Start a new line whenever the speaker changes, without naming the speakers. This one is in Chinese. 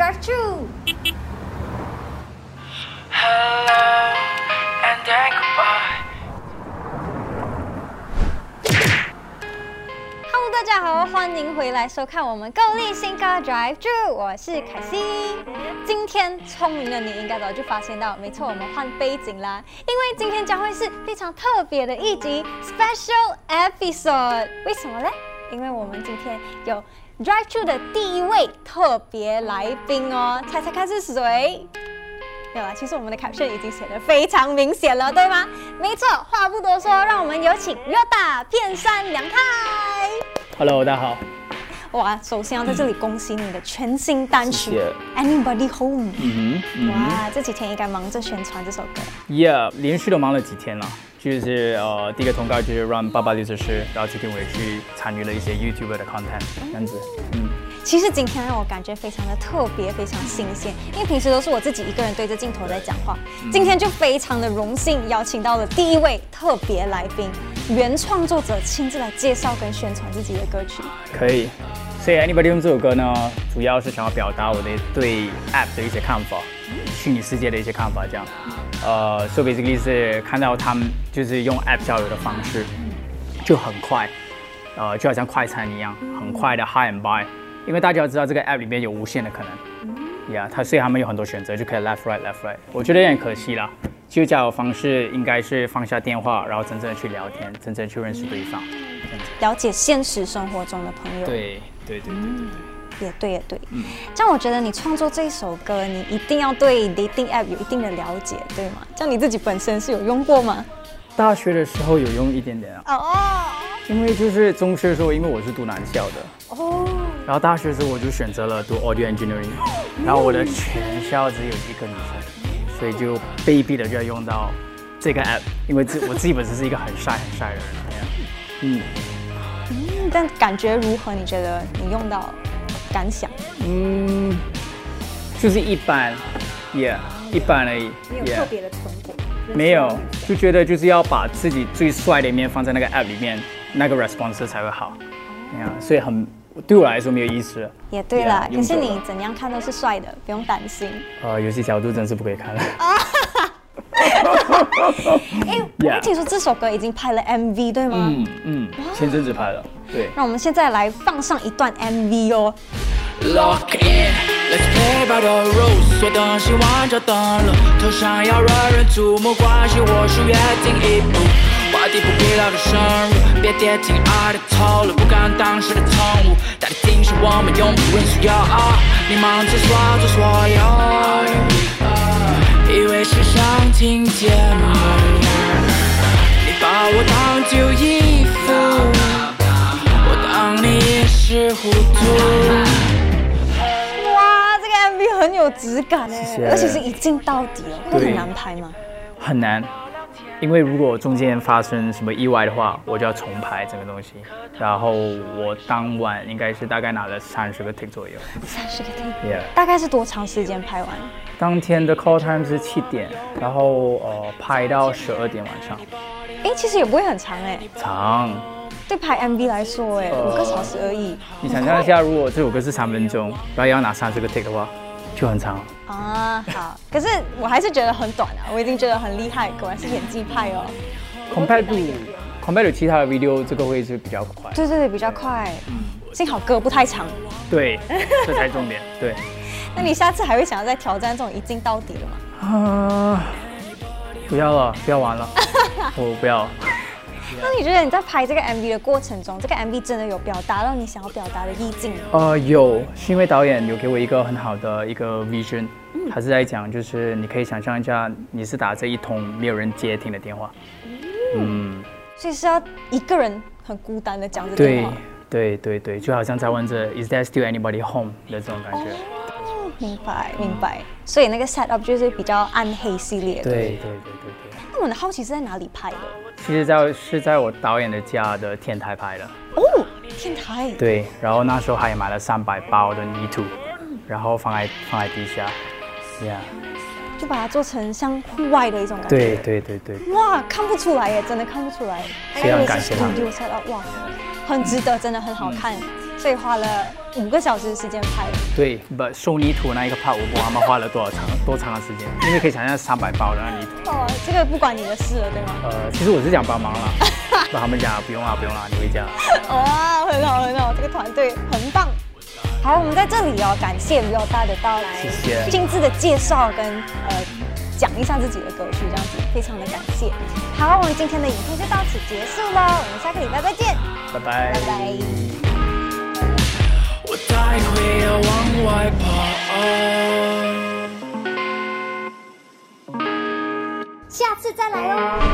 are true.
Hello and then goodbye。
Hello，大家好，欢迎回来收看我们购力新歌 Drive Thru，我是凯西。今天聪明的你应该早就发现到，没错，我们换背景啦，因为今天将会是非常特别的一集 Special Episode。为什么呢？因为我们今天有 Drive Thru 的第一位特别来宾哦，猜猜看是谁？没有啊，其实我们的 caption 已经写得非常明显了，对吗？没错，话不多说，让我们有请热大片山凉太。
Hello，大家好。
哇，首先要在这里恭喜你的全新单曲
谢谢
《Anybody Home》。
嗯嗯
哇，这几天应该忙着宣传这首歌。
，Yeah，连续都忙了几天了。就是呃，第一个通告就是让爸爸律师师，然后今天我也去参与了一些 YouTube 的 content，这样子。嗯，
其实今天让我感觉非常的特别，非常新鲜，因为平时都是我自己一个人对着镜头在讲话，
嗯
今天就非常的荣幸邀请到了第一位特别来宾，原创作者亲自来介绍跟宣传自己的歌曲。
可以。所以 Anybody Room 这首歌呢，主要是想要表达我的对 App 的一些看法，虚拟世界的一些看法，这样。呃，所以 basically 是看到他们就是用 App 交流的方式，就很快，呃，就好像快餐一样，很快的 high and buy，因为大家知道这个 App 里面有无限的可能。呀，他所以他们有很多选择，就可以 left right left right。我觉得有点可惜啦。其实交友方式应该是放下电话，然后真正的去聊天，真正地去认识对方。
了解现实生活中的朋友，
对嗯对对
也对，也对。这样我觉得你创作这一首歌，你一定要对 dating app 有一定的了解，对吗？像你自己本身是有用过吗？
大学的时候有用一点点啊，
哦
因为就是中学的时候，因为我是读男校的，
哦，
然后大学的时候我就选择了读 audio engineering，然后我的全校只有一个女生，所以就被逼的就要用到这个 app，因为自我自己本身是一个很晒很晒的人，哎呀嗯。
嗯但感觉如何？你觉得你用到感想？
嗯，就是一般，yeah，一般而已，yeah，
的成果？
没有，就觉得就是要把自己最帅的一面放在那个 app 里面，那个 response 才会好，那样，所以很对我来说没有意思。
也对啦
Yeah，
可是
用过
你
了
怎样看都是帅的，不用担心。
呃，有些角度真是不可以看了。
哎，我
嗯 Yeah
们听说这首歌已经拍了 MV，对吗？
嗯嗯，前阵子拍了，对。
那我们现在来放上一段 MV 哦。
Lock in, let's play by the rules。说灯心玩着灯笼，头上要惹人注目，关系我是越进一步。话题不必聊得深入，别跌进爱的套路，不敢当时的宠物。大的定是我们永不认输要啊你忙着耍着所有，以为是想听节目，你把我当旧衣服，我当你一时糊涂。
哇，这个 MV 很有质感哎，
谢
而且是一镜到底哦，会
对
很难拍吗？
很难，因为如果中间发生什么意外的话，我就要重拍整个东西。然后我当晚应该是大概拿了三十个 take 左右。
三十个 t
Yeah，
大概是多长时间拍完？
当天的 call time 是七点，然后呃拍到十二点晚上，
哎，其实也不会很长哎，
长。
对拍 MV 来说哎，五个小时而已
呃你想象一下，如果这首歌是三分钟，然后要拿三十个 take 的话，就很长。
啊。好，可是我还是觉得很短啊，我已经觉得很厉害，果然是演技派哦。
compared to compared to 其他的 video，这个会是比较快。
对对对，比较快。幸好歌不太长，
对，这才重点。对。
那你下次还会想要再挑战这种一镜到底的吗？
啊，不要了，不要 玩了，我不要。
那你觉得你在拍这个 MV 的过程中，这个 MV 真的有表达到你想要表达的意境吗？
呃，有，是因为导演有给我一个很好的一个 vision，他是
嗯
在讲，就是你可以想象一下，你是打这一通没有人接听的电话，
所以是要一个人很孤单的讲这
对
电话。，
对，对，对，就好像在问着 Is there still anybody home 的这种感觉，
哦，明白明白。所以那个 set up 就是比较暗黑系列的。
对，对，对，对，对。
那我的好奇是在哪里拍的？
其实在是在我导演的家的天台拍的，
哦，天台。
对，然后那时候他也买了三百包的泥土，
嗯
然后放在放在地下，Yeah，
就把它做成像户外的一种感觉。
对，对，对，对，
哇，看不出来耶，真的看不出来。哎
非常感谢他们
studio set up，哇，很值得，真的很好看。
嗯
所以花了五个小时的时间拍。
对，不收泥土那一个 part，我不知道他们花了多少长多长的时间，因为可以想象三百包的那泥土。
哦，这个不管你的事了，对吗？
呃，其实我是想帮忙 啦，那他们讲不用啦，不用啦，你回家。
哇，很好很好，这个团队很棒。好，我们在这里哦，感谢 Viota 的到来，
谢谢
亲自的介绍跟呃讲一下自己的歌曲，这样子非常的感谢。好，我们今天的影片就到此结束了，我们下个礼拜再见，
拜
拜
拜。
拜。
我待會要往外跑。
下次再来哦。